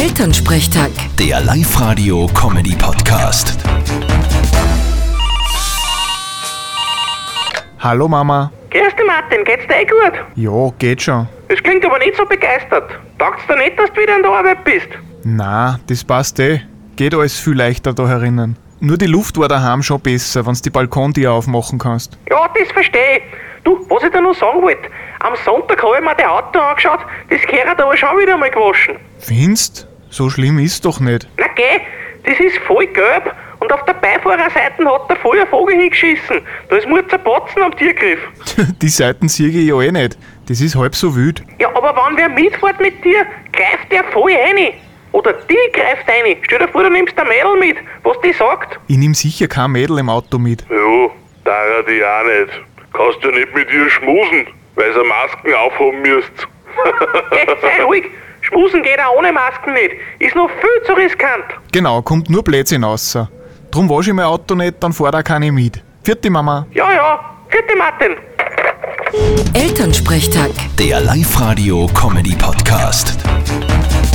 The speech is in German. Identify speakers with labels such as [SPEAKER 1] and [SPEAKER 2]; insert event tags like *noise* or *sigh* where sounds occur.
[SPEAKER 1] Elternsprechtag.
[SPEAKER 2] Der Live-Radio-Comedy-Podcast.
[SPEAKER 3] Hallo Mama.
[SPEAKER 4] Grüß dich, Martin, geht's dir eh gut?
[SPEAKER 3] Ja, geht schon.
[SPEAKER 4] Das klingt aber nicht so begeistert. Tagt's dir nicht, dass du wieder in der Arbeit bist?
[SPEAKER 3] Na, das passt eh. Geht alles viel leichter da herinnen. Nur die Luft war daheim schon besser, wenn's die Balkontür aufmachen kannst.
[SPEAKER 4] Ja, das verstehe ich. Du, was ich dir noch sagen wollte, am Sonntag habe ich mir das Auto angeschaut, das gehört aber schon wieder mal gewaschen.
[SPEAKER 3] Findest? So schlimm ist doch nicht. *laughs*
[SPEAKER 4] Na geh, das ist voll gelb und auf der Beifahrerseite hat der voll ein Vogel hingeschissen. Da ist nur zerpotzen am Tiergriff.
[SPEAKER 3] die Seiten sehe ich ja eh nicht. Das ist halb so wild.
[SPEAKER 4] Ja, aber wenn wer mitfährt mit dir, greift der voll rein. Oder die greift rein. Stell dir vor, du nimmst ein Mädel mit, was die sagt.
[SPEAKER 3] Ich nehm sicher kein Mädel im Auto mit.
[SPEAKER 5] Ja, da die auch nicht. Kannst ja nicht mit ihr schmusen, weil sie Masken aufhaben müsst.
[SPEAKER 4] Geh, sei ruhig. Schmusen geht auch ohne Masken nicht. Ist noch viel zu riskant.
[SPEAKER 3] Genau, kommt nur Blödsinn raus. Drum wasch ich mein Auto nicht, dann fahr da keine mit. Vierte Mama.
[SPEAKER 4] Ja, ja. Vierte Martin.
[SPEAKER 1] Elternsprechtag.
[SPEAKER 2] Der Live-Radio-Comedy-Podcast.